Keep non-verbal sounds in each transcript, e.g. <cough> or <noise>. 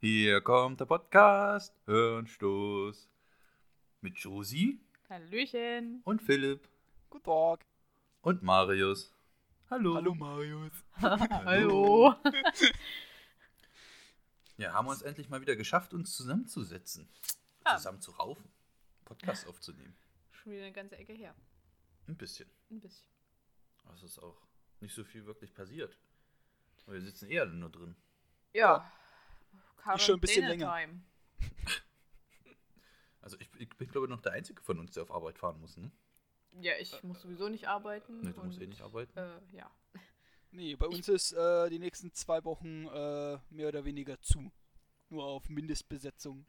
Hier kommt der Podcast Hirnstoß mit Josi Hallöchen. und Philipp Guten Tag. und Marius. Hallo. Hallo Marius. Hallo. Ja, haben wir uns endlich mal wieder geschafft, uns zusammenzusetzen. Ja. Zusammen zu raufen. Podcast aufzunehmen. Schon wieder eine ganze Ecke her. Ein bisschen. Ein bisschen. Aber Es ist auch nicht so viel wirklich passiert. Aber wir sitzen eher nur drin. Ja. Oh. Ist schon ein bisschen Quarantäne-Time. Also ich, ich bin, glaube ich, noch der Einzige von uns, der auf Arbeit fahren muss. Ne? Ja, ich muss sowieso nicht arbeiten. Nee, du musst und, eh nicht arbeiten. Äh, ja. Nee, bei uns ist äh, die nächsten zwei Wochen äh, mehr oder weniger zu. Nur auf Mindestbesetzung.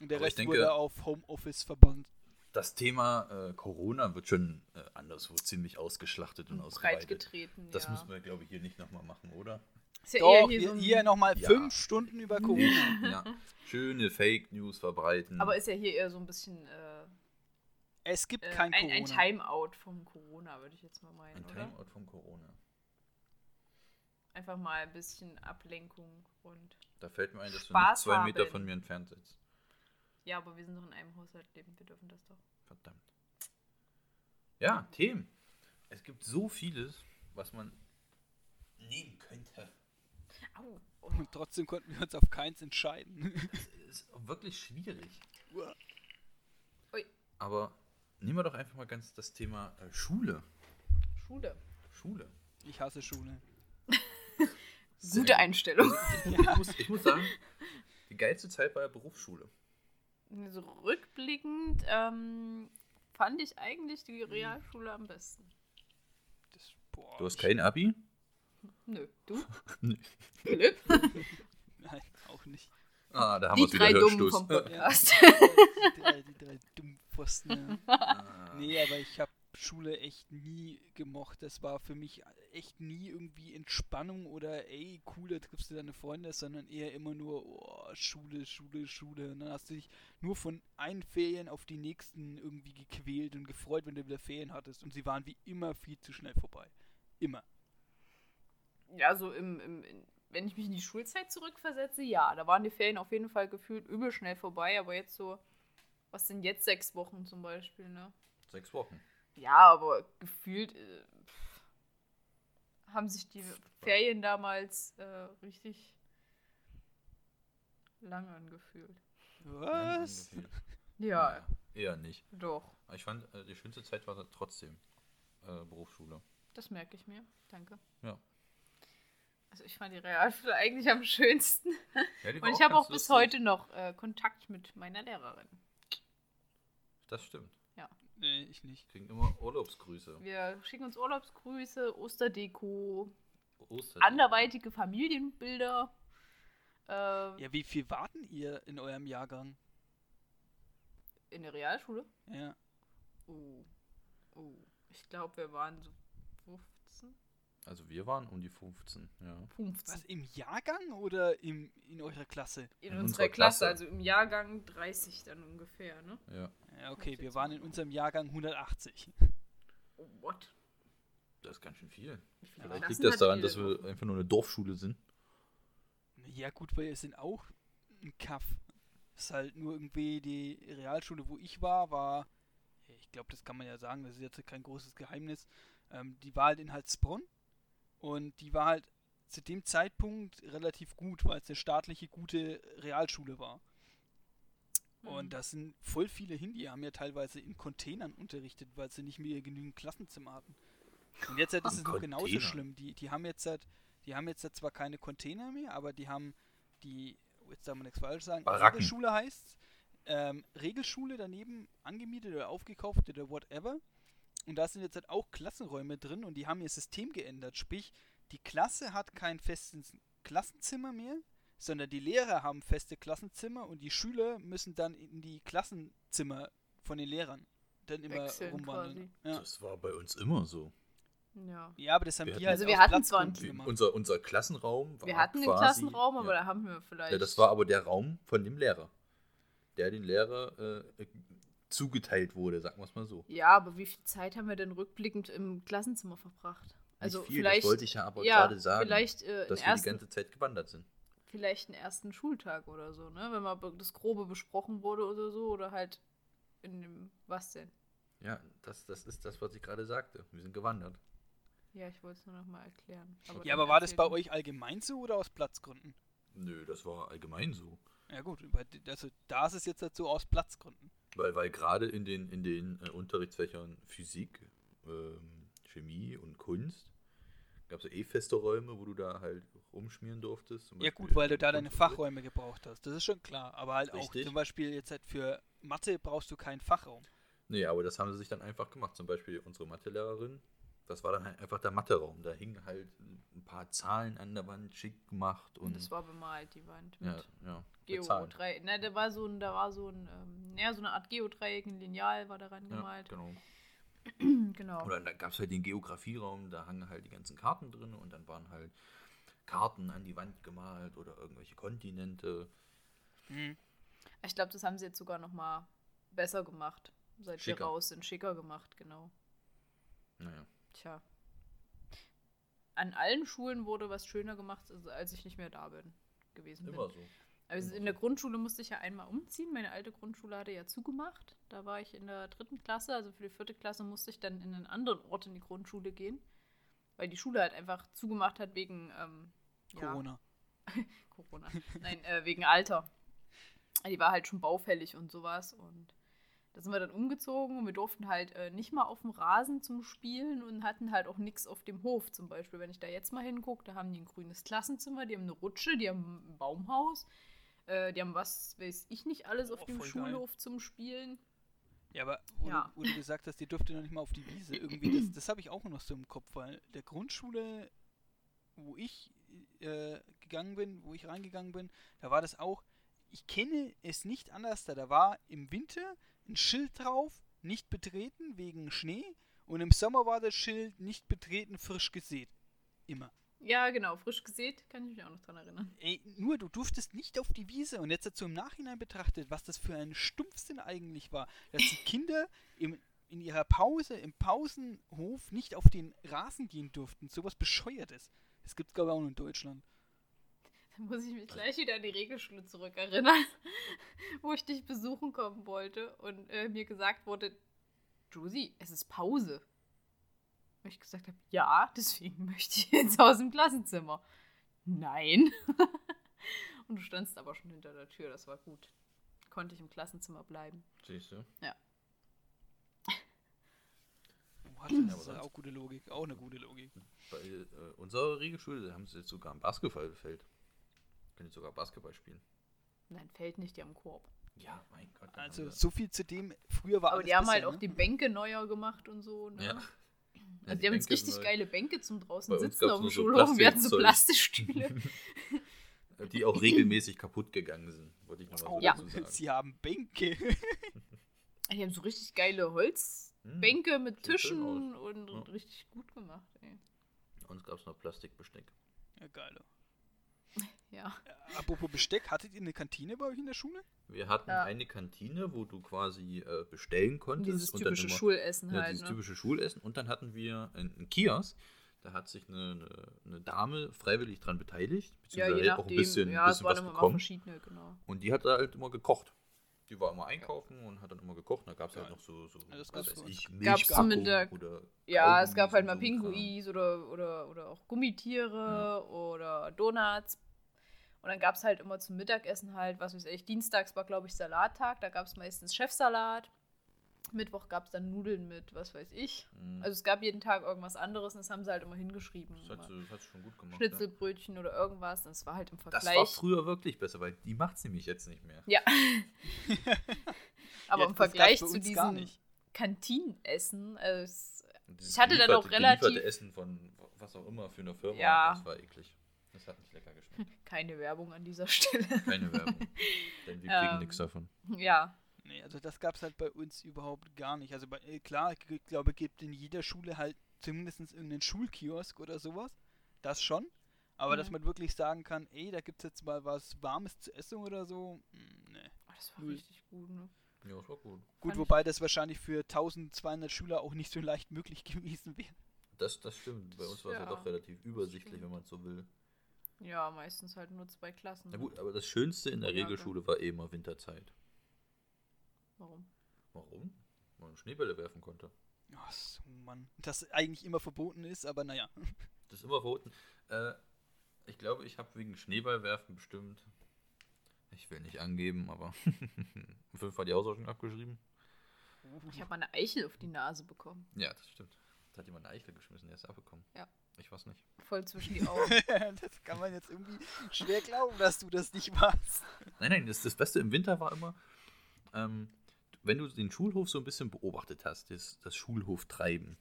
Und der Aber ich Rest denke- wurde auf Homeoffice verbannt. Das Thema äh, Corona wird schon äh, anderswo ziemlich ausgeschlachtet und Breit ausgeweitet. getreten. Das ja. müssen wir, glaube ich, hier nicht nochmal machen, oder? Ist ja eher Doch, hier, hier, so ein, hier nochmal Ja. fünf Stunden über Corona. ja. Schöne Fake News verbreiten. Aber ist ja hier eher so ein bisschen äh, Es gibt äh, kein ein, Corona. ein Timeout vom Corona, würde ich jetzt mal meinen, ein oder? Timeout von Corona. Einfach mal ein bisschen Ablenkung und. Da fällt mir ein, dass du nicht Spaß zwei haben. Meter von mir entfernt sitzt. Ja, aber wir sind doch in einem Haushalt leben, wir dürfen das doch. Verdammt. Ja, Themen. Es gibt so vieles, was man nehmen könnte. Au. Oh. <laughs> Und trotzdem konnten wir uns auf keins entscheiden. <laughs> Es ist wirklich schwierig. Ui, Aber nehmen wir doch einfach mal ganz das Thema äh, Schule. Schule. Schule. Ich hasse Schule. Sehr Gute gut. Einstellung. Ich muss, ich muss sagen, die geilste Zeit war ja Berufsschule. So rückblickend ähm, fand ich eigentlich die Mhm. Realschule am besten. Das, boah, Du hast ich- kein Abi? Nö, du? <laughs> Nee. Philipp? <laughs> Nein, auch nicht. Ah, da haben wir Die es wieder drei Dummen Hirnstoß. vom Äh, Podcast. <laughs> die, drei, die drei dummen Pfosten. Ja. ah. Nee, aber ich habe Schule echt nie gemocht. Das war für mich echt nie irgendwie Entspannung oder ey, cool, da triffst du deine Freunde, sondern eher immer nur oh, Schule, Schule, Schule. Und dann hast du dich nur von einen Ferien auf die nächsten irgendwie gequält und gefreut, wenn du wieder Ferien hattest. Und sie waren wie immer viel zu schnell vorbei. Immer. Ja, so im, im in, wenn ich mich in die Schulzeit zurückversetze, ja, da waren die Ferien auf jeden Fall gefühlt übel schnell vorbei, aber jetzt so, was sind jetzt sechs Wochen zum Beispiel, ne? Sechs Wochen. Ja, aber gefühlt äh, pff, haben sich die Ferien damals äh, richtig lang angefühlt. Was? Ja, Eher nicht. doch. Aber Ich fand, äh, die schönste Zeit war trotzdem äh, Berufsschule. Das merke ich mir. Danke. Ja. Also ich fand die Realschule eigentlich am schönsten. Ja, die war Und ich habe ganz auch bis lustig. heute noch äh, Kontakt mit meiner Lehrerin. Das stimmt. Nee, ich nicht. Kriegen immer Urlaubsgrüße. Wir schicken uns Urlaubsgrüße, Osterdeko, Ostern. anderweitige Familienbilder. Äh, Ja, wie viel warten ihr in eurem Jahrgang? In der Realschule? Ja. Oh. Oh. Ich glaube, wir waren so 15. Also wir waren um die 15, ja. 15. Was, im Jahrgang oder im, in eurer Klasse? In In, unserer unserer Klasse, Klasse. also im Jahrgang 30 dann ungefähr, ne? Ja, Ja, okay, jetzt wir so. waren in unserem Jahrgang 180. Oh, what? das ist ganz schön viel. Wie viele Vielleicht Klassen liegt das hattet daran, ihr dass denn wir offen? einfach nur eine Dorfschule sind. Ja, gut, weil es sind auch ein Kaff. Ist halt nur irgendwie die Realschule, wo ich war, war, ich glaube, das kann man ja sagen, das ist jetzt kein großes Geheimnis. Ähm, die war halt in Halsbronn und die war halt zu dem Zeitpunkt relativ gut, weil es eine staatliche gute Realschule war. Mhm. Und da sind voll viele hin, die haben ja teilweise in Containern unterrichtet, weil sie nicht mehr genügend Klassenzimmer hatten. Und jetzt halt ist In es noch genauso Containern? schlimm. Die, die haben jetzt halt, die haben jetzt halt zwar keine Container mehr, aber die haben die, oh, jetzt darf man nichts falsch sagen, Baracken. Regelschule heißt, ähm, Regelschule daneben angemietet oder aufgekauft oder whatever. Und da sind jetzt halt auch Klassenräume drin und die haben ihr System geändert. Sprich, die Klasse hat kein festes Klassenzimmer mehr, sondern die Lehrer haben feste Klassenzimmer und die Schüler müssen dann in die Klassenzimmer von den Lehrern dann immer Wechseln rumwandeln. Ja. Das war bei uns immer so. Ja. ja, aber das haben Wir die hatten- halt Also wir aus hatten zwar ein Platzgründen Wie, gemacht. unser, unser Klassenraum war Wir hatten den quasi, Klassenraum, aber ja. da haben wir vielleicht. Ja, das war aber der Raum von dem Lehrer. Der den Lehrer äh, äh, zugeteilt wurde, sagen wir es mal so. Ja, aber wie viel Zeit haben wir denn rückblickend im Klassenzimmer verbracht? Also Nicht viel, vielleicht. das wollte ich ja aber ja, gerade sagen, vielleicht äh, im dass wir die ersten, ganze Zeit gewandert sind. vielleicht einen ersten Schultag oder so, ne? Wenn mal das Grobe besprochen wurde oder so, oder halt in dem, was denn? Ja, das, das ist das, was ich gerade sagte. Wir sind gewandert. Ja, ich wollte es nur nochmal erklären. Okay. Ja, dann aber war das bei erzähl euch allgemein so oder aus Platzgründen? Nö, das war allgemein so. Ja gut, über- also da ist es jetzt dazu aus Platzgründen. Weil, weil gerade in den, in den äh, Unterrichtsfächern Physik, ähm, Chemie und Kunst gab es ja eh feste Räume, wo du da halt rumschmieren durftest. zum Ja Beispiel gut, weil du da deine Kunst und Physik. Fachräume gebraucht hast. Das ist schon klar. Aber halt auch Richtig. zum Beispiel jetzt halt für Mathe brauchst du keinen Fachraum. Nee, aber das haben sie sich dann einfach gemacht. Zum Beispiel unsere Mathelehrerin, das war dann halt einfach der Matheraum. Da hingen halt ein paar Zahlen an der Wand, schick gemacht und. Und das war bemalt, die Wand. ja, mit ja. mit Zahlen. halt. Geodreieck. Ne, da war so ein, da war so ein, ähm, ja, so eine Art Geodreieck, ein Lineal war da Ja, rangemalt. genau. genau. Oder da gab es halt den Geografieraum, da hangen halt die ganzen Karten drin und dann waren halt Karten an die Wand gemalt oder irgendwelche Kontinente. Mhm. Ich glaube, das haben sie jetzt sogar nochmal besser gemacht. Seit Schicker. wir raus sind, schicker gemacht, genau. Naja. Tja. An allen Schulen wurde was schöner gemacht, also als ich nicht mehr da bin, gewesen bin. Immer so. Also in der Grundschule musste ich ja einmal umziehen. Meine alte Grundschule hatte ja zugemacht. Da war ich in der dritten Klasse, also für die vierte Klasse musste ich dann in einen anderen Ort in die Grundschule gehen, weil die Schule halt einfach zugemacht hat wegen ähm, ja, Corona. Corona. Nein, äh, wegen Alter. Die war halt schon baufällig und sowas. Und da sind wir dann umgezogen und wir durften halt äh, nicht mal auf dem Rasen zum Spielen und hatten halt auch nichts auf dem Hof. Zum Beispiel, wenn ich da jetzt mal hingucke, da haben die ein grünes Klassenzimmer, die haben eine Rutsche, die haben ein Baumhaus, äh, die haben was, weiß ich nicht, alles auf Oh, dem voll Schulhof zum Spielen. Ja, aber wo, Ja. Du, wo du gesagt hast, die dürfte noch nicht mal auf die Wiese. Irgendwie, das, das habe ich auch noch so im Kopf, weil der Grundschule, wo ich äh, gegangen bin, wo ich reingegangen bin, da war das auch, ich kenne es nicht anders, da, da war im Winter ein Schild drauf, nicht betreten wegen Schnee und im Sommer war das Schild nicht betreten, frisch gesät. Immer. Ja, genau, frisch gesät, kann ich mich auch noch dran erinnern. Ey, nur du durftest nicht auf die Wiese. Und jetzt dazu im Nachhinein betrachtet, was das für ein Stumpfsinn eigentlich war, dass die Kinder im, in ihrer Pause, im Pausenhof nicht auf den Rasen gehen durften. Sowas Bescheuertes. Das gibt es, glaube ich, auch nur in Deutschland. <laughs> Da muss ich mich Also gleich wieder an die Regelschule zurückerinnern, <laughs> wo ich dich besuchen kommen wollte und äh, mir gesagt wurde, Josie, es ist Pause. Und ich gesagt habe, ja, deswegen <laughs> möchte ich jetzt aus dem Klassenzimmer. Nein. <laughs> und du standst aber schon hinter der Tür, das war gut. Konnte ich im Klassenzimmer bleiben. Siehst du? Boah, das ist sonst- auch gute Logik. Auch eine gute Logik. Bei äh, unserer Regelschule da haben sie jetzt sogar ein Basketballfeld. Können jetzt sogar Basketball spielen. Nein, fällt nicht, die haben Korb. Ja, mein Gott. dann Also haben so viel zu dem, früher war Aber alles die haben besser, halt ne? auch die Bänke neuer gemacht und so. wir- Ne? ja. Also die, die haben jetzt Bänke richtig sind neu. geile Bänke zum Bei draußen uns sitzen gab's auf dem nur so Schulhof und wir hatten so Plastikzeug. <laughs> Plastikstühle. die auch regelmäßig kaputt gegangen sind, wollte ich nochmal so Oh, dazu sagen. <laughs> <laughs> Sie haben Bänke. <laughs> Die haben so richtig geile Hm. Holzbänke mit Sieht schön Tischen und Ja. richtig gut gemacht, ey. Bei uns gab es noch Plastikbesteck. ja, geil. Ja. Apropos Besteck, hattet ihr eine Kantine bei euch in der Schule? Wir hatten Ja. eine Kantine, wo du quasi äh, bestellen konntest. Dieses und dann typische immer- Schulessen Ja, halt. dieses Ne? typische Schulessen. Und dann hatten wir einen, einen Kiosk. Da hat sich eine, eine, eine Dame freiwillig dran beteiligt. Ja, Beziehungsweise je auch ein nachdem. bisschen, ja, es bisschen waren was immer mal bekommen. verschiedene, genau. Und die hat da halt immer gekocht. Die war immer einkaufen und hat dann immer gekocht. Und da gab es halt Ja. noch so, so Ja, das gab's bei uns. Gab's zum Milchkuchen Mittag. oder Ja, es gab Kaugummis halt und mal so Kram. Pinguis oder, oder, oder auch Gummitiere oder Donuts. Und dann gab es halt immer zum Mittagessen halt, was weiß ich, dienstags war, glaube ich, Salattag. Da gab es meistens Chefsalat. Mittwoch gab es dann Nudeln mit, was weiß ich. Mhm. Also es gab jeden Tag irgendwas anderes und das haben sie halt immer hingeschrieben. Das hat, Immer. sie, das hat sie schon gut gemacht. ja. Schnitzelbrötchen oder irgendwas. Und es war halt im ne? Das Vergleich. war früher wirklich besser, weil die macht sie nämlich jetzt nicht mehr. ja. Aber Ja, im das gab's Vergleich zu bei uns gar diesem nicht. Kantinenessen, äh, es- Und dieses Ich hatte dann auch gelieferte- gelieferte relativ- Essen von was auch immer für eine Firma. Ja. Das war eklig. Das hat nicht lecker geschmeckt. keine Werbung an dieser <laughs> Stelle. Keine <laughs> Werbung. Denn wir kriegen Ähm. nichts davon. ja, Nee, also das gab es halt bei uns überhaupt gar nicht. Also bei, äh, klar, ich gl- glaube, gibt in jeder Schule halt zumindest irgendeinen Schulkiosk oder sowas. Das schon. Aber dass Mhm. man wirklich sagen kann, ey, da gibt es jetzt mal was Warmes zu essen oder so. mm, Nee. oh, das war Null. richtig gut. Ne? Ja, das war gut. Gut, ich- wobei das wahrscheinlich für 1200 Schüler auch nicht so leicht möglich <laughs> gewesen wäre. Das, das stimmt. Bei Das- uns war es ja ja, doch relativ übersichtlich, stimmt. wenn man es so will. Ja, meistens halt nur zwei Klassen. Na gut, aber das Schönste in der Ja, Regelschule war eh immer Winterzeit. Warum? Warum? Weil man Schneebälle werfen konnte. Ach so, Mann. Das eigentlich immer verboten ist, aber naja. Das ist immer verboten. Äh, ich glaube, ich habe wegen Schneeballwerfen bestimmt. Ich will nicht angeben, aber <laughs> um fünf war die Hausaufgaben abgeschrieben. Ich habe eine Eichel auf die Nase bekommen. Ja, das stimmt. Da hat jemand eine Eichel geschmissen, der ist abbekommen. Ja. Ich weiß nicht. Voll zwischen <laughs> die Augen. <laughs> das kann man jetzt irgendwie schwer glauben, dass du das nicht <laughs> warst. Nein, nein, das, das Beste im Winter war immer, ähm, wenn du den Schulhof so ein bisschen beobachtet hast, das, das Schulhoftreiben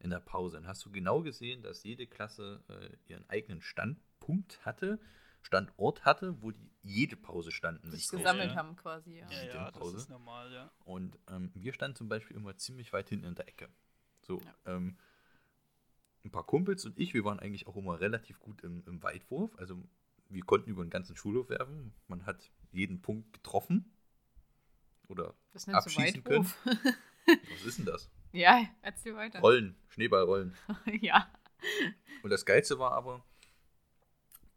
in der Pause, dann hast du genau gesehen, dass jede Klasse äh, ihren eigenen Standpunkt hatte, Standort hatte, wo die jede Pause standen. sich wenn es gesammelt losging. haben quasi, ja. Ja, ja, das Pause. ist normal, ja. Und ähm, wir standen zum Beispiel immer ziemlich weit hinten in der Ecke. So, ähm, ein paar Kumpels und ich, wir waren eigentlich auch immer relativ gut im, im Weitwurf. Also wir konnten über den ganzen Schulhof werfen. Man hat jeden Punkt getroffen. Oder Das nennst du abschießen Weitwurf. was ist denn das? <laughs> ja, erzähl weiter. Rollen, Schneeballrollen. <laughs> ja. Und das Geilste war aber,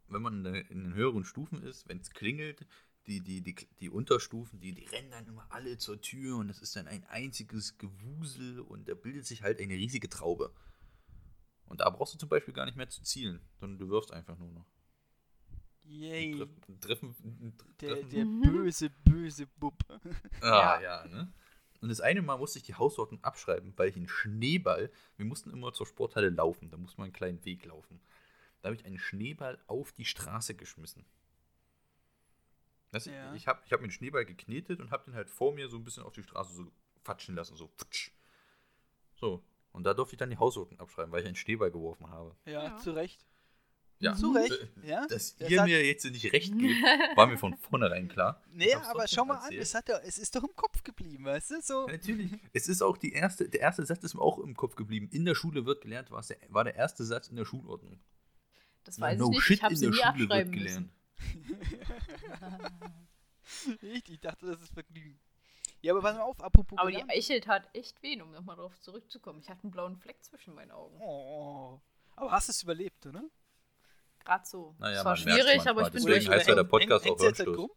wenn man in der- in den höheren Stufen ist, wenn es klingelt, die, die, die, die Unterstufen, die, die rennen dann immer alle zur Tür und es ist dann ein einziges Gewusel und da bildet sich halt eine riesige Traube. Und da brauchst du zum Beispiel gar nicht mehr zu zielen, sondern du wirfst einfach nur noch. Yay. Treffen, treffen, Der, treffen. der Mhm. böse, böse Bub. Ah, ja. ne? Und das eine Mal musste ich die Hausordnung abschreiben, weil ich einen Schneeball, wir mussten immer zur Sporthalle laufen, da musste man einen kleinen Weg laufen. Da habe ich einen Schneeball auf die Straße geschmissen. Das, Ja. Ich habe ich hab mir einen Schneeball geknetet und habe den halt vor mir so ein bisschen auf die Straße so fatschen lassen, so futsch. So, und da durfte ich dann die Hausordnung abschreiben, weil ich einen Schneeball geworfen habe. <laughs> Ja, Ja. zu Recht. Ja. Zu Recht, ne? Äh, ja. Dass Das ihr hat- mir jetzt nicht recht gebt, war mir <laughs> von vornherein klar. Ich Nee, hab's aber trotzdem schau mal an, erzählt. es, hat doch, es ist doch im Kopf geblieben, weißt du? So, Ja, <laughs> Natürlich. Es ist auch die erste, der erste Satz ist mir auch im Kopf geblieben. In der Schule wird gelernt, war, es der, war der erste Satz in der Schulordnung. Das weiß no ich nicht. shit Ich habe in sie der nie Schule wird abschreiben gelernt. müssen. ich, ich dachte, das ist Vergnügen. Ja, aber pass mal auf, apropos. Aber die gelernt. Eichel tat echt weh, um nochmal drauf zurückzukommen. Ich hatte einen blauen Fleck zwischen meinen Augen. oh. Aber hast es überlebt, oder? Gerade so. Naja, es war man merkt's schwierig, aber ich manchmal. bin Deswegen durch. heißt ja der Podcast Häng- auch hängt's jetzt Hirnstoß. rum?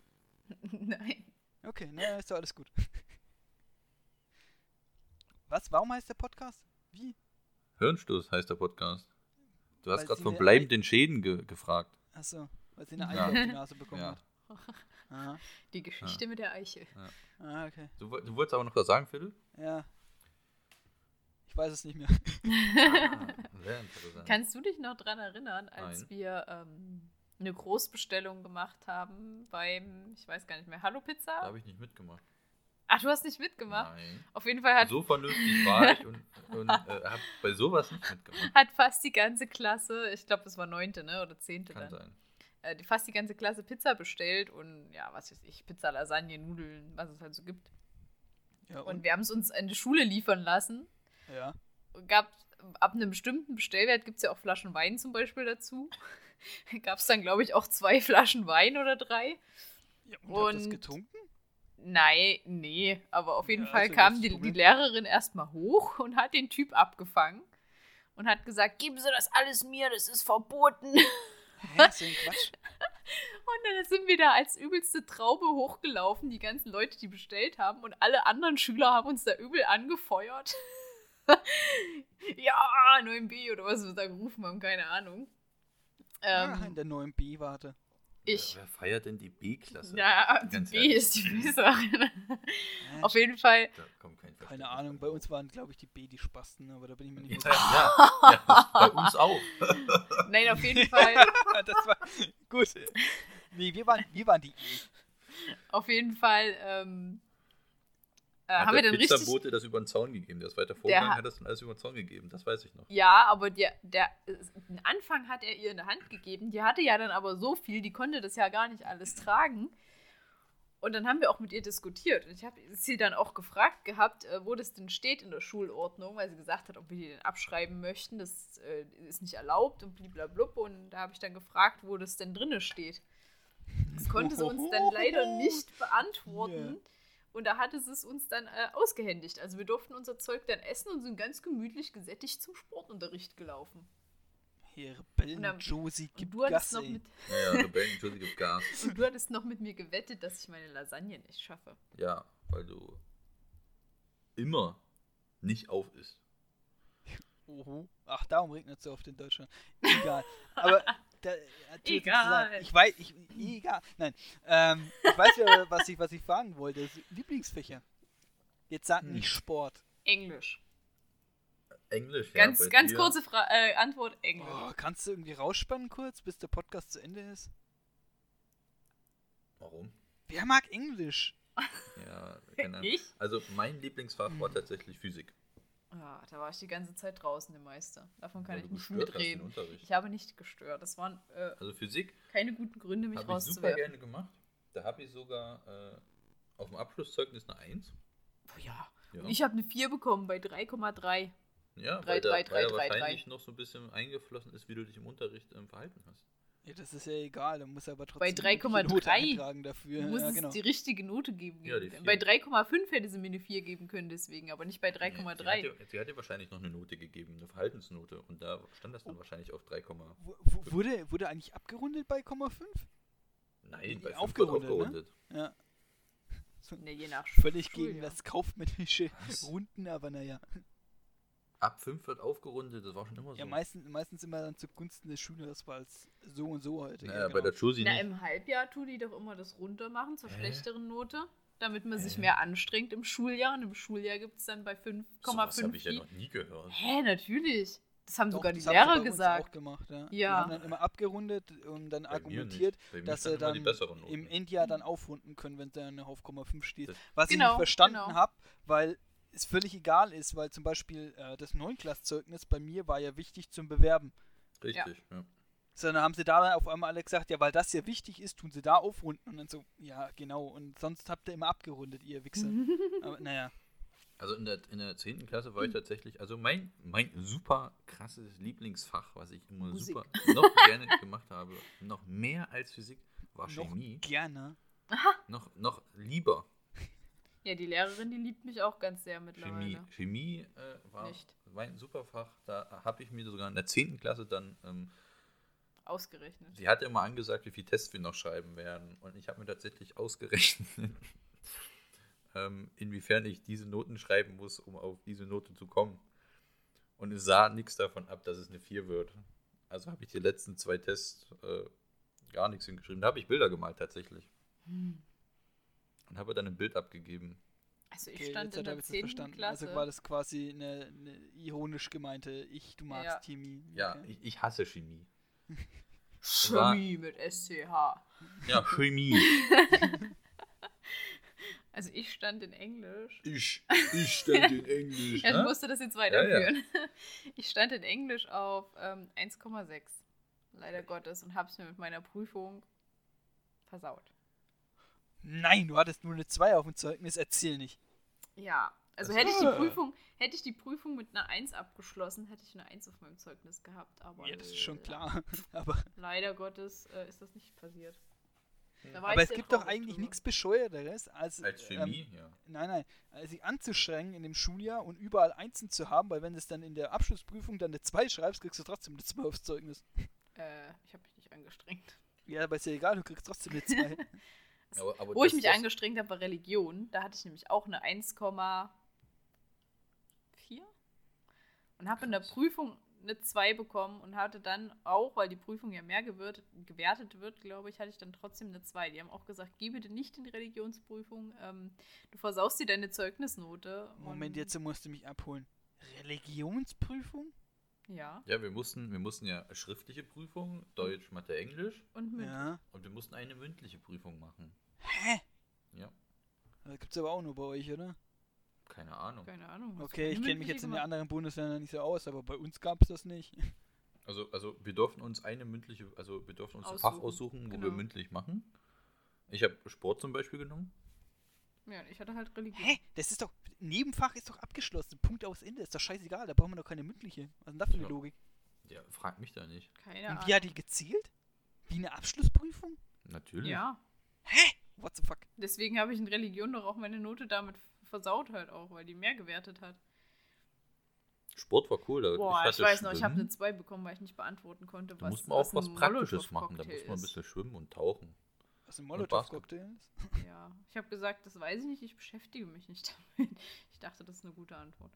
<laughs> Nein. Okay, naja, ist doch alles gut. <laughs> Was? Warum heißt der Podcast? Wie? Hirnstoß heißt der Podcast. Du hast Weil gerade sie von mir bleibenden Schäden ge gefragt. Achso, weil sie eine Ja. Eichel auf die Nase bekommen Ja. hat. Aha. Die Geschichte mit der Eichel. Ah, okay. Du, woll- du wolltest aber noch was sagen, <laughs> Philipp? Ja. Ich weiß es nicht mehr. Ah, Sehr interessant. Kannst du dich noch dran erinnern, als Nein. wir ähm, eine Großbestellung gemacht haben beim, ich weiß gar nicht mehr, Hallo da Pizza? habe ich nicht mitgemacht. Ach, du hast nicht mitgemacht. Nein. Auf jeden Fall hat, So vernünftig war ich und, und <laughs> äh, habe bei sowas nicht mitgemacht. hat fast die ganze Klasse, ich glaube, das war neunte, ne? Oder zehnte Kann dann. sein. äh, die- fast die ganze Klasse Pizza bestellt und ja, was weiß ich, Pizza, Lasagne, Nudeln, was es halt so gibt. Ja, Und wir haben es uns an die Schule liefern lassen. Ja. Gab, ab einem bestimmten Bestellwert gibt es ja auch Flaschen Wein zum Beispiel dazu. <laughs> Gab es dann, glaube ich, auch zwei Flaschen Wein oder drei. ja und hat das Und- getrunken? Nein, nee, aber auf jeden Ja, Fall also kam das die, die Problem- Lehrerin erstmal hoch und hat den Typ abgefangen und hat gesagt, geben Sie das alles mir, das ist verboten. Hä, ist ja ein Quatsch. Und dann sind wir da als übelste Traube hochgelaufen, die ganzen Leute, die bestellt haben. Und alle anderen Schüler haben uns da übel angefeuert. <laughs> ja, 9b oder was wir da gerufen haben, keine Ahnung. ah, <laughs> in Ähm, der neuen B-Warte. ich. Wer, wer feiert denn die B-Klasse? Ja, die Ganz B ehrlich. ist die B-Sache. Äh, Auf jeden Fall. Da kommt kein Verständnis keine Ahnung, bei auf. uns waren, glaube ich, die B die Spasten, aber da bin ich Ja, mir <laughs> nicht mehr ja, ja, bei uns auch. Nein, auf <laughs> jeden Fall. sicher. <laughs> Das war gut. Nee, wir waren, wir waren die E. auf jeden Fall. Ähm, äh, Hat haben wir der dann richtig. Pizzabote das über den Zaun gegeben? Der ist weiter vorgegangen, hat- hat das dann alles über den Zaun gegeben. Das weiß ich noch. Ja, aber der, der den Anfang hat er ihr in der Hand gegeben. Die hatte ja dann aber so viel, die konnte das ja gar nicht alles tragen. Und dann haben wir auch mit ihr diskutiert. Und ich habe sie dann auch gefragt gehabt, äh, wo das denn steht in der Schulordnung, weil sie gesagt hat, ob wir die denn abschreiben möchten. Das äh, ist nicht erlaubt und bliblablub. Und da habe ich dann gefragt, wo das denn drinne steht. Das konnte sie uns dann leider nicht beantworten. Und da hatte sie es uns dann äh, ausgehändigt. Also wir durften unser Zeug dann essen und sind ganz gemütlich gesättigt zum Sportunterricht gelaufen. Hier, Und Rebellen, dann- Josie, Und gib du, hattest Gas, noch ey. mit, Ja, Rebellen, Entschuldigung, gibt Gas. und du hattest noch mit mir gewettet, dass ich meine Lasagne nicht schaffe. Ja, weil du immer nicht auf isst. Oho. Ach, darum regnet es so oft in Deutschland. Egal. Aber da, äh, natürlich nichts zu sagen. Egal. Ich weiß, ich, egal. Nein. Ähm, ich weiß ja, was ich, was ich fragen wollte. Das Lieblingsfächer. Jetzt sag Hm. nicht Sport. Englisch. Englisch, Ganz, ja, bei ganz dir. kurze Fra äh, Antwort, Englisch. Oh, kannst du irgendwie rausspannen kurz, bis der Podcast zu Ende ist? Warum? Wer mag Englisch? Ja, keine Ahnung. <laughs> Ich? Also mein Lieblingsfach war tatsächlich Physik. Ah, da war ich die ganze Zeit draußen im Meister. Davon kann weil ich du nicht gestört hast den mitreden. Unterricht. Ich habe nicht gestört. Das waren äh, Also Physik keine guten Gründe, mich habe ich super rauszuwerfen. gerne gemacht. Da habe ich sogar äh, auf dem Abschlusszeugnis eine 1. Oh, ja. Ja, Und ich habe eine 4 bekommen bei 3,3. ja drei, weil, da, drei, drei, weil da drei, wahrscheinlich noch so ein bisschen eingeflossen ist, wie du dich im Unterricht ähm, verhalten hast. Ja, das ist ja egal. Da muss er aber trotzdem Bei eine gute 3,3 Note eintragen Du dafür. musst ja, es genau. die richtige Note geben. Ja, die geben. vier. bei 3,5 hätte sie mir eine 4 geben können, deswegen, aber nicht bei Sie 3,3. hat dir- Sie hat dir wahrscheinlich noch eine Note gegeben, eine Verhaltensnote. Und da stand Oh. das dann wahrscheinlich auf 3, Wu- wu- Wurde, wurde eigentlich abgerundet bei 0,5? nein, Die bei 5 aufgerundet, aufgerundet. ne? aufgerundet. Ja. Ne, je nach Völlig Schuljahr. gegen das kaufmännische <laughs> Was? Runden, aber naja. Ab 5 wird aufgerundet, das war schon immer so. Ja, meistens, meistens immer dann zugunsten des Schülers, weil es so und so halt genau. heute. naja, bei der Josie Na, nicht. im Halbjahr tun die doch immer das runtermachen zur Hä? schlechteren Note, damit man sich Hä? mehr anstrengt im Schuljahr. Und im Schuljahr gibt es dann bei 5,5. Sowas habe ich ja die- noch nie gehört. Hä, natürlich. Das haben Doch, sogar die das haben sie bei Lehrer uns Auch gesagt. gemacht, ja. Die Ja. haben dann immer abgerundet und dann Bei mir argumentiert, nicht. Bei mir dass standen sie immer dann die besseren Noten. im E- Endjahr dann aufrunden können, wenn dann auf 0,5 steht. Das- Was ich Genau, nicht verstanden genau. habe, weil es völlig egal ist, weil zum Beispiel äh, das Neunklasszeugnis bei mir war ja wichtig zum Bewerben. Richtig, ja. Sondern haben sie da dann auf einmal alle gesagt, ja, weil das ja wichtig ist, tun sie da aufrunden. Und dann so, ja, genau. Und sonst habt ihr immer abgerundet, <laughs> ihr Wichser. aber naja, Also in der, in der 10. Klasse Hm. war ich tatsächlich, also mein, mein super krasses Lieblingsfach, was ich immer Musik. super noch <laughs> gerne gemacht habe, noch mehr als Physik, war noch Chemie. gerne. Noch, noch lieber Ja, die Lehrerin, die liebt mich auch ganz sehr mittlerweile. Chemie. Chemie äh, war Nicht. mein Superfach. Da habe ich mir sogar in der 10. Klasse dann, ähm, Ausgerechnet. sie hatte immer angesagt, wie viele Tests wir noch schreiben werden. Und ich habe mir tatsächlich ausgerechnet, <laughs> ähm, inwiefern ich diese Noten schreiben muss, um auf diese Note zu kommen. Und es sah nichts davon ab, dass es eine 4 wird. Also habe ich die letzten zwei Tests äh, gar nichts hingeschrieben. Da habe ich Bilder gemalt tatsächlich. Hm. Und habe dann ein Bild abgegeben. Also ich Okay, stand jetzt in hat er der es 10. verstanden. Klasse. Also war das quasi eine, eine ironisch gemeinte Ich, du magst Ja. Chemie. Ja, Okay. ich, ich hasse Chemie. Chemie mit SCH. <laughs> Ja, Chemie. Also ich stand in Englisch. Ich, ich stand in Englisch. <laughs> Ja, Ne? hä? ich musste das jetzt weiterführen. <laughs> Ich stand in Englisch auf ähm, 1,6. Leider Gottes. Und hab's mir mit meiner Prüfung versaut. Nein, du hattest nur eine 2 auf dem Zeugnis, erzähl nicht. Ja. Also Das- hätte ich die Ah. Prüfung, hätte ich die Prüfung mit einer 1 abgeschlossen, hätte ich eine 1 auf meinem Zeugnis gehabt. Aber Ja, das ist schon klar. <laughs> Aber, Leider Gottes äh, ist das nicht passiert. Da war Hm. aber ich es sehr gibt doch traurig eigentlich drüber. nichts Bescheuerteres, als, Als Chemie, Halt ja. Ähm, nein, nein, als sich anzuschränken in dem Schuljahr und überall Einsen zu haben, weil wenn du es dann in der Abschlussprüfung dann eine 2 schreibst, kriegst du trotzdem eine 2 aufs Zeugnis. Äh, ich habe mich nicht angestrengt. Ja, aber ist ja egal, du kriegst trotzdem eine <laughs> 2. Aber, aber Wo ich das- mich das- angestrengt habe, war Religion. Da hatte ich nämlich auch eine 1,4 und habe in der Krass. Prüfung eine 2 bekommen und hatte dann auch, weil die Prüfung ja mehr gewürdet, gewertet wird, glaube ich, hatte ich dann trotzdem eine 2. Die haben auch gesagt, geh bitte nicht in die Religionsprüfung, ähm, du versaust dir deine Zeugnisnote. Moment, und- jetzt musst du mich abholen. Religionsprüfung? Ja, Ja, wir mussten, wir mussten ja schriftliche Prüfung, Deutsch, Mathe, Englisch und mit. Ja. und wir mussten eine mündliche Prüfung machen. Hä? Ja, Das gibt's aber auch nur bei euch, oder? keine Ahnung. Keine Ahnung. hast du Okay, ich eine kenne mich mündliche jetzt in den gemacht? anderen Bundesländern nicht so aus, aber bei uns gab es das nicht. <laughs> Also, also wir durften uns eine mündliche, also wir durften uns ein Fach Aussuchen. aussuchen, wo wir Genau. mündlich machen. Ich habe Sport zum Beispiel genommen. Ja, ich hatte halt Religion. Hä? Das ist doch. Nebenfach ist doch abgeschlossen. Punkt aus Ende. Ist doch scheißegal. Da brauchen wir doch keine mündliche. Was ist denn das für eine Ja. Logik? Ja, frag mich da nicht. Keine Und Ahnung. wie hat die gezielt? Wie eine Abschlussprüfung? Natürlich. ja. What the fuck? Deswegen habe ich in Religion doch auch meine Note damit versaut halt auch, weil die mehr gewertet hat. Sport war cool. Da, Boah, ich, hatte weiß noch, ich Schwimmen. habe eine 2 bekommen, weil ich nicht beantworten konnte, Da was muss man auch was ein Praktisches machen. Da Molotow-Cocktail muss man ein ist. bisschen schwimmen und tauchen. Was ein Basket. Molotow-Cocktail ist? Ja, ich habe gesagt, das weiß ich nicht, ich beschäftige mich nicht <laughs> damit. Ich dachte, das ist eine gute Antwort.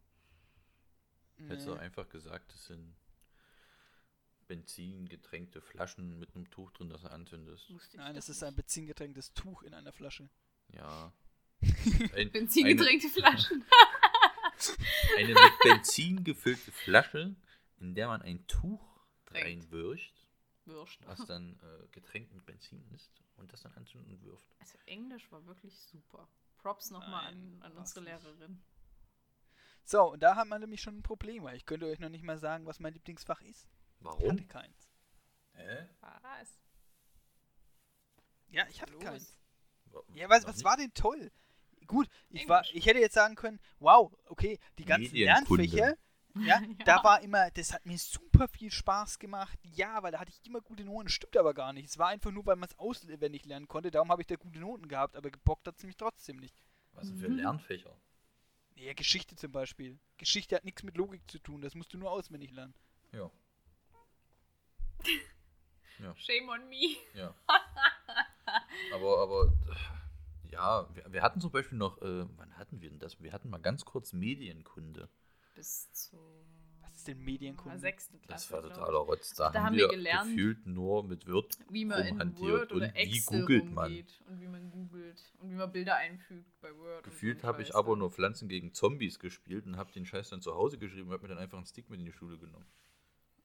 Hättest du Nee. einfach gesagt, das sind benzingetränkte Flaschen mit einem Tuch drin, das du anzündest. Wusste ich Nein, es doch ist nicht. ein benzingetränktes Tuch in einer Flasche. Ja. <laughs> <laughs> Ein, <laughs> Benzingetränkte Flaschen. Eine, eine mit Benzin gefüllte Flasche, in der man ein Tuch Tränkt. reinwirft, Wurscht. was dann äh, getränkt mit Benzin ist und das dann anzündet und wirft. Also Englisch war wirklich super. Props nochmal an, Nein, an war's unsere nicht. Lehrerin. So, und da hat man nämlich schon ein Problem, weil ich könnte euch noch nicht mal sagen, was mein Lieblingsfach ist. Ich hatte Warum? Äh, keins. Hä? Was? Ja, ich hatte Los. keins. Wa- Ja, was, noch was nicht? war denn toll? Gut, ich, war, Englisch. ich hätte jetzt sagen können, wow, okay, die ganzen Medienkunde. Lernfächer, <laughs> ja, da war immer, das hat mir super viel Spaß gemacht. Ja, weil da hatte ich immer gute Noten, stimmt aber gar nicht. Es war einfach nur, weil man es auswendig lernen konnte, darum habe ich da gute Noten gehabt, aber gebockt hat es mich trotzdem nicht. Was denn für Mhm. Lernfächer? Ja, Geschichte zum Beispiel. Geschichte hat nichts mit Logik zu tun, das musst du nur auswendig lernen. Ja, Shame on me. ja. aber, aber, äh, ja, wir, wir hatten zum Beispiel noch, äh, wann hatten wir denn das? Wir hatten mal ganz kurz Medienkunde. Bis zu. Was ist denn Medienkunde? Sechsten Klasse. Das war glaub ich. totaler Rotz. Da, Da haben haben wir wir gelernt, gefühlt nur mit Word Wie man in rumhantiert Word und oder wie Excel googelt man. rumgeht und wie man googelt und wie man Bilder einfügt bei Word. und so Gefühlt ein habe ich Scheiß ne? aber da. nur Pflanzen gegen Zombies gespielt und habe den Scheiß dann zu Hause geschrieben und habe mir dann einfach einen Stick mit in die Schule genommen.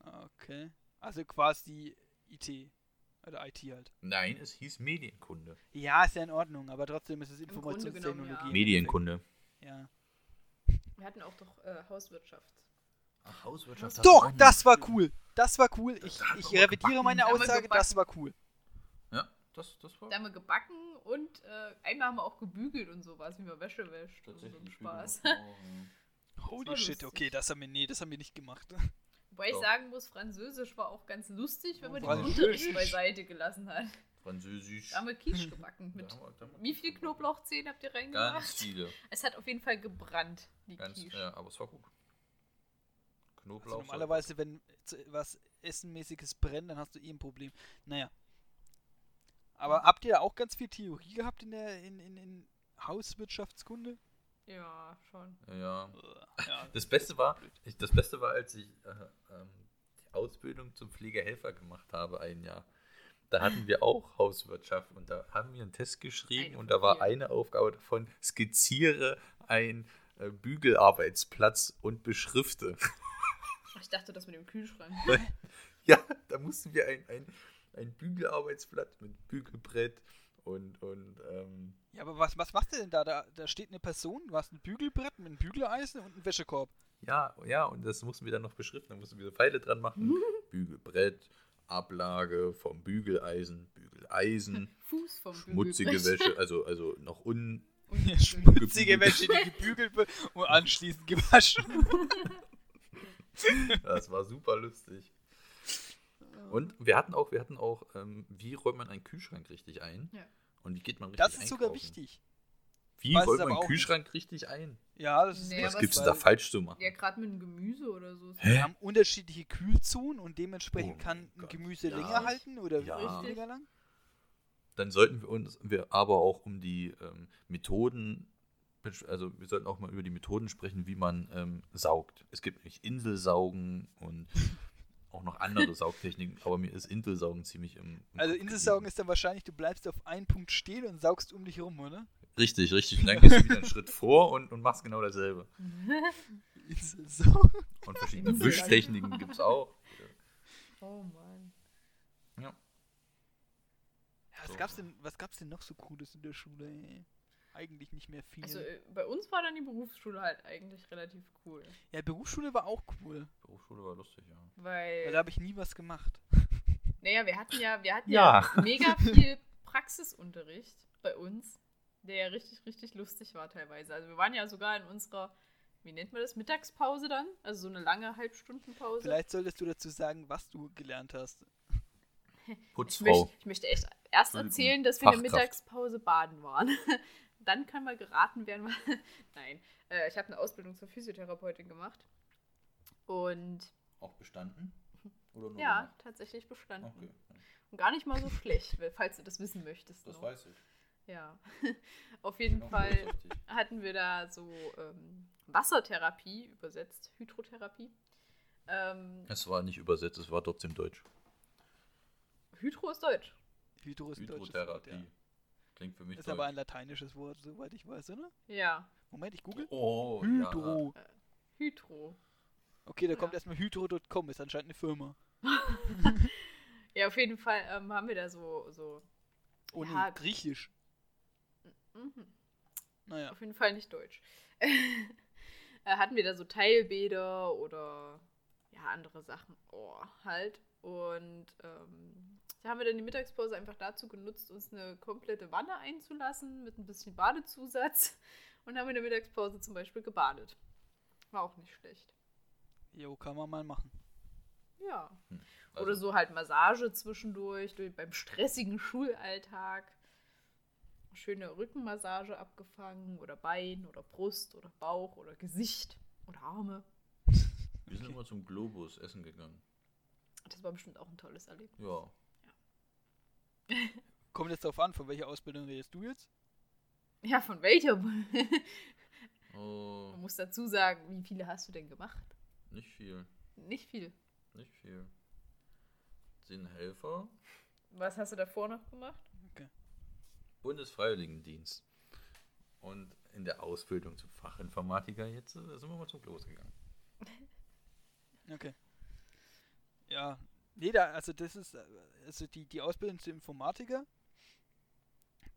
Okay. Also quasi IT. Oder IT halt. Nein, es hieß Medienkunde. Ja, ist ja in Ordnung, aber trotzdem ist es Grunde genommen, Informationstechnologie. ja. im Medienkunde. Endeffekt. Ja. Wir hatten auch doch äh, Hauswirtschaft. Ach, Hauswirtschaft. Doch, das war cool. Das war cool. Ich, hat ich man revidiere meine gebacken. Aussage, das war cool. Ja, das, das war Da haben wir gebacken und äh, einmal haben wir auch gebügelt und sowas, wie man Wäsche wäscht. Und so einen Spaß. Oh, Holy war Oh, shit, lustig. okay, das haben wir, nee, das haben wir nicht gemacht. <laughs> Wobei ich Doch. sagen muss, Französisch war auch ganz lustig, wenn man den Französisch. Unterricht beiseite gelassen hat. Französisch. Da haben <laughs> wir Quiche gebacken. Mit Da haben wir- da haben wir- wie viel Knoblauchzehen habt ihr reingemacht? Ganz viele. Es hat auf jeden Fall gebrannt, die Ganz, Quiche. ja, aber es war gut. Knoblauch. Also normalerweise, wenn z- was Essenmäßiges brennt, dann hast du eh ein Problem. Naja. Aber habt ihr da auch ganz viel Theorie gehabt in der in, in, in Hauswirtschaftskunde? Ja, schon. Ja. Ja. Das Beste war, ich, das Beste war, als ich äh, ähm, die Ausbildung zum Pflegehelfer gemacht habe, ein Jahr. Da hatten wir auch Hauswirtschaft und da haben wir einen Test geschrieben Eine und von da war vielen. eine Aufgabe davon, skizziere einen äh, Bügelarbeitsplatz und beschrifte. <laughs> Ach, Ich dachte, das mit dem Kühlschrank. ja, da mussten wir ein, ein, ein Bügelarbeitsplatz mit Bügelbrett und, und ähm, <laughs> ja, aber was, was machst du denn da? da? Da steht eine Person, du hast ein Bügelbrett mit einem Bügeleisen und einem <laughs> Wäschekorb. Ja, ja, und das mussten wir dann noch beschriften. Da mussten wir so Pfeile dran <laughs> machen. Bügelbrett, Ablage vom Bügeleisen, Bügeleisen, Fuß vom schmutzige Bügelbrett. Wäsche, also, also noch un. <laughs> Schmutzige Wäsche, die gebügelt wird und anschließend gewaschen. Das war super lustig. Und wir hatten auch, wir hatten auch, ähm, wie räumt man einen Kühlschrank richtig ein? Ja. Und wie geht man richtig Das ist sogar einkaufen? wichtig. Wie Weiß es räumt aber man einen auch nicht. Kühlschrank richtig ein? Ja, das ist Nee, Ja, was aber gibt's es denn da weil falsch zu machen? Ja, gerade mit dem Gemüse oder so. <laughs> ist- Wir Hä? haben unterschiedliche Kühlzonen und dementsprechend Oh kann mein Gott. Gemüse Ja. länger halten oder Ja. weniger lang. Dann sollten wir uns wir aber auch um die ähm, Methoden, besch- also wir sollten auch mal über die Methoden sprechen, wie man ähm, saugt. Es gibt nämlich Inselsaugen und auch noch <laughs> andere Saugtechniken, aber mir ist Inselsaugen ziemlich im. im Also Kopf Inselsaugen geblieben. ist dann wahrscheinlich, du bleibst auf einen Punkt stehen und saugst um dich herum, <laughs> oder? Richtig, richtig. Und dann gehst du wieder einen Schritt vor und, und machst genau dasselbe. Inselsaugen. Und verschiedene Inselsaugen. Wischtechniken gibt es auch. Oh Mann. Ja, was, gab's denn, was gab's denn noch so Cooles in der Schule? Ey? Eigentlich nicht mehr viel. Also äh, bei uns war dann die Berufsschule halt eigentlich relativ cool. ja, Berufsschule war auch cool, Berufsschule war lustig, ja. weil Weil, da habe ich nie was gemacht. naja, wir hatten ja, wir hatten ja. Ja. mega viel Praxisunterricht bei uns, der ja richtig, richtig lustig war teilweise. Also wir waren ja sogar in unserer, wie nennt man das, Mittagspause dann? Also so eine lange Halbstundenpause. Vielleicht solltest du dazu sagen, was du gelernt hast. Ich Putzfrau. möchte, ich möchte echt erst Entschuldigung. erzählen, dass wir in der Fachkraft. Mittagspause baden waren. <laughs> Dann kann <laughs> mal geraten werden. was- Nein, äh, ich habe eine Ausbildung zur Physiotherapeutin gemacht. Und Auch bestanden? Oder nur ja, gemacht? tatsächlich bestanden. Okay, Und gar nicht mal so schlecht, <laughs> falls du das wissen möchtest. das noch. weiß ich. Ja. <laughs> Auf jeden Genau, Fall das ist richtig. hatten wir da so ähm, Wassertherapie, übersetzt Hydrotherapie. Ähm, Es war nicht übersetzt, es war trotzdem deutsch. Hydro ist deutsch. Hydro ist ein deutsches Wort, Hydrotherapie. ja. Klingt für mich Ist aber ein lateinisches Wort, soweit ich weiß, oder? Ja, Moment, ich google. Oh, ja. Hydro. Hydro. Okay, da kommt Ja. erstmal hydro.com, ist anscheinend eine Firma. Ja, auf jeden Fall ähm, haben wir da so, so Oh nee, Ja. griechisch. mhm. <laughs> Naja. Auf jeden Fall nicht deutsch. Äh, Hatten wir da so Teilbäder oder ja, andere Sachen. Oh, halt. Und ähm, da haben wir dann die Mittagspause einfach dazu genutzt, uns eine komplette Wanne einzulassen mit ein bisschen Badezusatz. <laughs> Und haben in der Mittagspause zum Beispiel gebadet. War auch nicht schlecht. Jo, kann man mal machen. Ja. Also, oder so halt Massage zwischendurch, durch, beim stressigen Schulalltag. Schöne Rückenmassage abgefangen oder Bein oder Brust oder Bauch oder Gesicht oder Arme. Wir sind immer zum Globus essen gegangen. Das war bestimmt auch ein tolles Erlebnis. Ja. Kommt jetzt darauf an, von welcher Ausbildung redest du jetzt? Ja, von welcher? <laughs> Man Oh, muss dazu sagen, wie viele hast du denn gemacht? nicht viel. Nicht viel. Nicht viel. Den Helfer. Was hast du davor noch gemacht? Bundesfreiwilligendienst. Und in der Ausbildung zum Fachinformatiker jetzt äh, sind wir mal zum Globus gegangen. Okay. Ja, nee, da, also das ist, äh, also die, die Ausbildung zum Informatiker,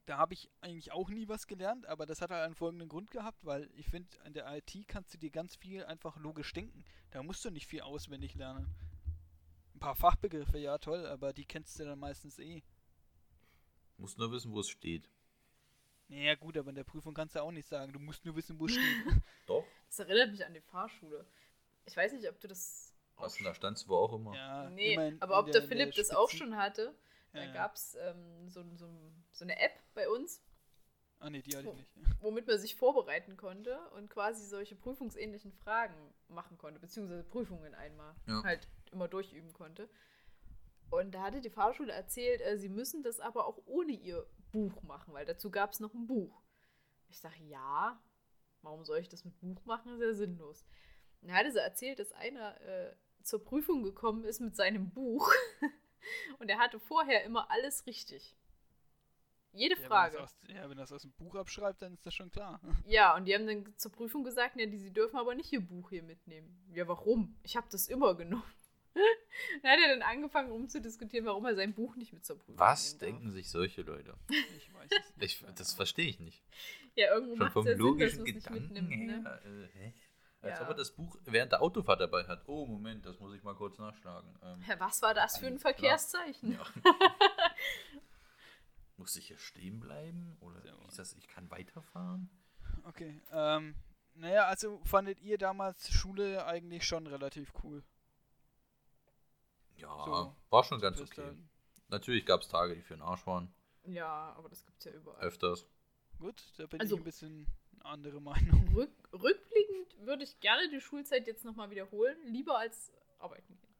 da habe ich eigentlich auch nie was gelernt, aber das hat halt einen folgenden Grund gehabt, weil ich finde, an der IT kannst du dir ganz viel einfach logisch denken. Da musst du nicht viel auswendig lernen. Ein paar Fachbegriffe, ja toll, aber die kennst du dann meistens eh. Muss nur wissen, wo es steht. Naja gut, aber in der Prüfung kannst du auch nicht sagen, du musst nur wissen, wo <laughs> es steht. Doch. Das erinnert mich an die Fahrschule. Ich weiß nicht, ob du das. Was denn da standst du auch immer? ja, Nee, Ah, immerhin aber ob in der, in Philipp das auch Spitzen- schon hatte. Da Ja. gab es ähm, so, so, so eine App bei uns, Ah nee, die hatte ich Oh. nicht. womit man sich vorbereiten konnte und quasi solche prüfungsähnlichen Fragen machen konnte, beziehungsweise Prüfungen einmal Ja. halt immer durchüben konnte. Und da hatte die Fahrschule erzählt, äh, sie müssen das aber auch ohne ihr Buch machen, weil dazu gab es noch ein Buch. Ich sage, ja, warum soll ich das mit Buch machen? Ist ja sinnlos. Und da hatte sie erzählt, dass einer äh, zur Prüfung gekommen ist mit seinem Buch <laughs> und er hatte vorher immer alles richtig. Jede Ja, wenn Frage. das aus- Ja, wenn das aus dem Buch abschreibt, dann ist das schon klar. <laughs> Ja, und die haben dann zur Prüfung gesagt, ja, die, sie dürfen aber nicht ihr Buch hier mitnehmen. Ja, warum? Ich habe das immer genommen. <laughs> dann hat er dann angefangen rumzudiskutieren, warum er sein Buch nicht mit zur Prüfung Was nehmen darf. denken sich solche Leute? Ich weiß es nicht. Ich, das verstehe ich nicht. Ja, irgendwo Schon macht vom es ja Sinn, dass logischen man es nicht Gedanken mitnimmt. her. Ne? Äh, hä? Als Ja. ob er das Buch während der Autofahrt dabei hat. Oh, Moment, das muss ich mal kurz nachschlagen. Ähm, Ja, Was war das für ein Alles klar. <laughs> Verkehrszeichen? <laughs> ja. muss ich hier stehen bleiben? Oder Sehr gut. ist das, ich kann weiterfahren? okay, ähm, naja, also fandet ihr damals Schule eigentlich schon relativ cool? Ja, So. war schon ganz Das okay. dann- Natürlich gab es Tage, die für den Arsch waren. Ja, aber das gibt's ja überall. Öfters. Gut, da bin Also- ich ein bisschen andere Meinung. Rück, rückblickend würde ich gerne die Schulzeit jetzt nochmal wiederholen, lieber als arbeiten gehen.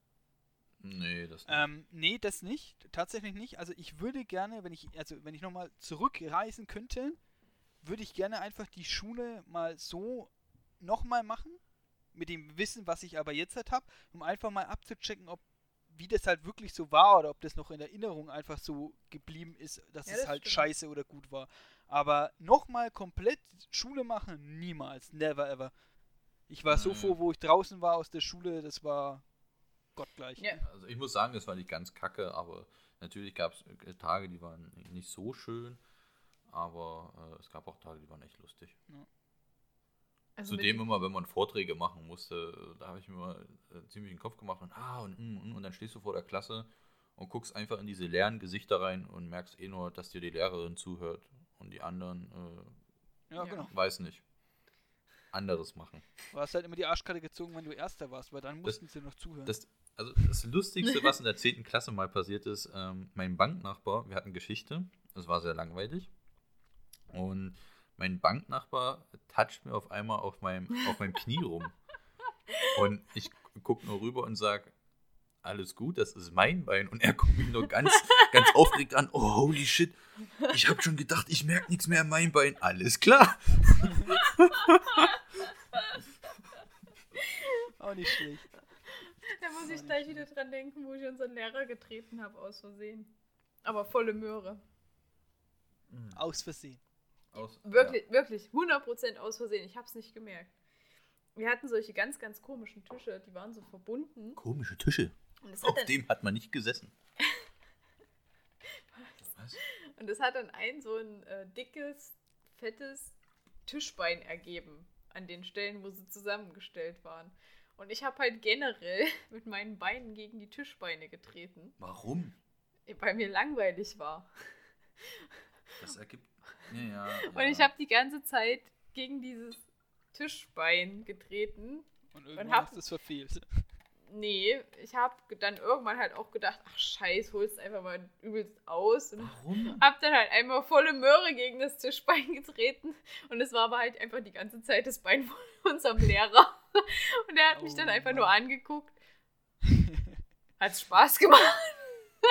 Nee, das nicht. Ähm, nee, das nicht, tatsächlich nicht. Also ich würde gerne, wenn ich, also wenn ich nochmal zurückreisen könnte, würde ich gerne einfach die Schule mal so nochmal machen, mit dem Wissen, was ich aber jetzt halt habe, um einfach mal abzuchecken, ob wie das halt wirklich so war oder ob das noch in Erinnerung einfach so geblieben ist, dass Ja, es das halt stimmt. scheiße oder gut war. Aber nochmal komplett Schule machen, niemals, never ever. Ich war so Nee. froh, wo ich draußen war aus der Schule, das war gottgleich. Ja, Also ich muss sagen, das war nicht ganz kacke, aber natürlich gab es Tage, die waren nicht so schön, aber äh, es gab auch Tage, die waren echt lustig. also mit- Zudem immer, wenn man Vorträge machen musste, äh, da habe ich mir mal äh, ziemlich den Kopf gemacht und ah und, mm, mm, und dann stehst du vor der Klasse und guckst einfach in diese leeren Gesichter rein und merkst eh nur, dass dir die Lehrerin zuhört und die anderen, ja Ja. genau. äh, weiß nicht, anderes machen. Du hast halt immer die Arschkarte gezogen, wenn du Erster warst, weil dann mussten sie noch zuhören. Das, also das Lustigste, was in der 10. Klasse mal passiert ist, ähm, mein Banknachbar, wir hatten Geschichte, das war sehr langweilig. Und mein Banknachbar toucht mir auf einmal auf meinem, auf meinem Knie rum. Und ich guck nur rüber und sag, alles gut, das ist mein Bein. Und er guckt mich nur ganz, ganz aufgeregt an. Oh, holy shit, ich habe schon gedacht, ich merke nichts mehr an meinem Bein. Alles klar. Auch nicht schlecht. <laughs> Da muss war ich nicht gleich wieder dran denken, wo ich unseren Lehrer getreten habe, aus Versehen. Aber volle Möhre. Aus Versehen. Aus, Wirklich, wirklich, 100% aus Versehen. Ich habe es nicht gemerkt. Wir hatten solche ganz, ganz komischen Tische, die waren so verbunden. Komische Tische. Und das hat, Auf dann, dem hat man nicht gesessen. <laughs> Was? und das hat dann ein so ein äh, dickes, fettes Tischbein ergeben, an den Stellen, wo sie zusammengestellt waren. Und ich habe halt generell <laughs> mit meinen Beinen gegen die Tischbeine getreten, Warum? weil mir langweilig war. Das ergibt. Ja, ja, Und ich habe die ganze Zeit gegen dieses Tischbein getreten. Und irgendwann hab- hast du es verfehlt. Nee, ich habe dann irgendwann halt auch gedacht, ach scheiß, holst einfach mal übelst aus. Und Warum? hab dann halt einmal volle Möhre gegen das Tischbein getreten. Und es war aber halt einfach die ganze Zeit das Bein von <laughs> unserem Lehrer. Und er hat mich Oh dann einfach Mann. nur angeguckt. Hat's Spaß gemacht. <laughs>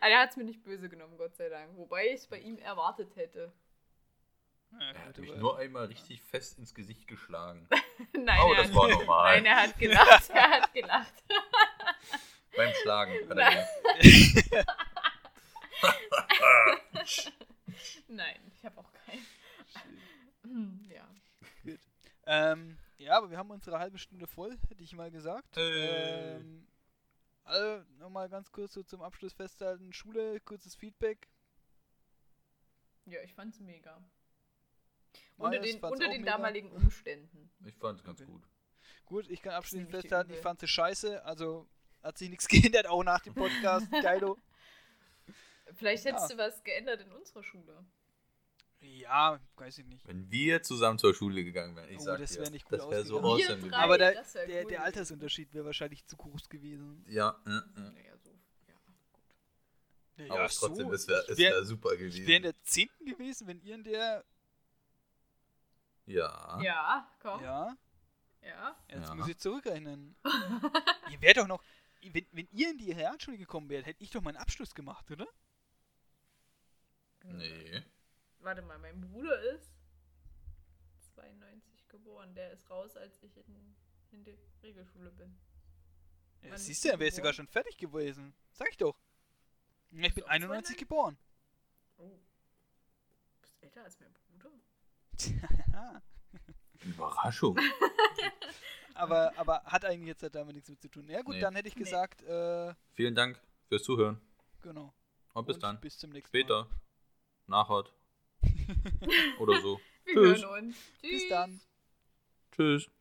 Aber er hat's mir nicht böse genommen, Gott sei Dank. Wobei ich es bei ihm erwartet hätte. <laughs> Ja, Er hat gut, mich aber- nur einmal richtig fest ins Gesicht geschlagen. Nein, Oh, er das hat- war normal. Nein, er hat gelacht. Er hat gelacht. <laughs> Beim Schlagen. Hat er Nein. gesagt. Nein, ich habe auch keinen. Hm, Ja. Ähm, ja, aber wir haben unsere halbe Stunde voll, hätte ich mal gesagt. Hey. Ähm, also nochmal ganz kurz so zum Abschluss festhalten. Schule, kurzes Feedback. Ja, ich fand's mega. Marius Unter den, fand's unter auch den mega. damaligen Umständen. Ich fand es ganz Okay. gut. Gut, ich kann abschließend nämlich die festhalten, ich Übel. fand sie scheiße. Also hat sich nichts <laughs> geändert, auch nach dem <laughs> Podcast. Geilo. Vielleicht Ja. hättest du was geändert in unserer Schule. Ja, weiß ich nicht. Wenn wir zusammen zur Schule gegangen wären, ich Oh, sag das dir, wär nicht gut das wäre so ausgegangen. Wir awesome gewesen. drei. Aber der, das wär der, cool der gewesen. Altersunterschied wäre wahrscheinlich zu groß gewesen. Ja, äh, äh. Naja, so. Ja. Ja, aber trotzdem, es wäre ich es wär- wär super ich wäre in gewesen. der 10. gewesen, wenn ihr in der. Ja. ja, komm. Ja. Ja, Ja. jetzt Ja. muss ich zurückrechnen. <laughs> ihr wärt doch noch. Wenn, wenn ihr in die Realschule gekommen wärt, hätte ich doch meinen Abschluss gemacht, oder? Nee. Genau. Warte mal, mein Bruder ist 92 geboren. Der ist raus, als ich in, in die Regelschule bin. Wann Ja, bist siehst du du, dann wäre ich sogar geboren? schon fertig gewesen. Sag ich doch. Ja, Ich Bist du bin auch 91 92? geboren. <laughs> Oh. Du bist älter als mein Bruder? Überraschung. aber, aber hat eigentlich jetzt halt damit nichts mit zu tun. Ja, gut, Nee. dann hätte ich Nee. gesagt, äh, Vielen Dank fürs Zuhören genau. und bis Und dann. Bis zum nächsten Mal. Später. Nachhaut. Oder so. Wir Tschüss. hören uns. Tschüss. Bis dann. Tschüss.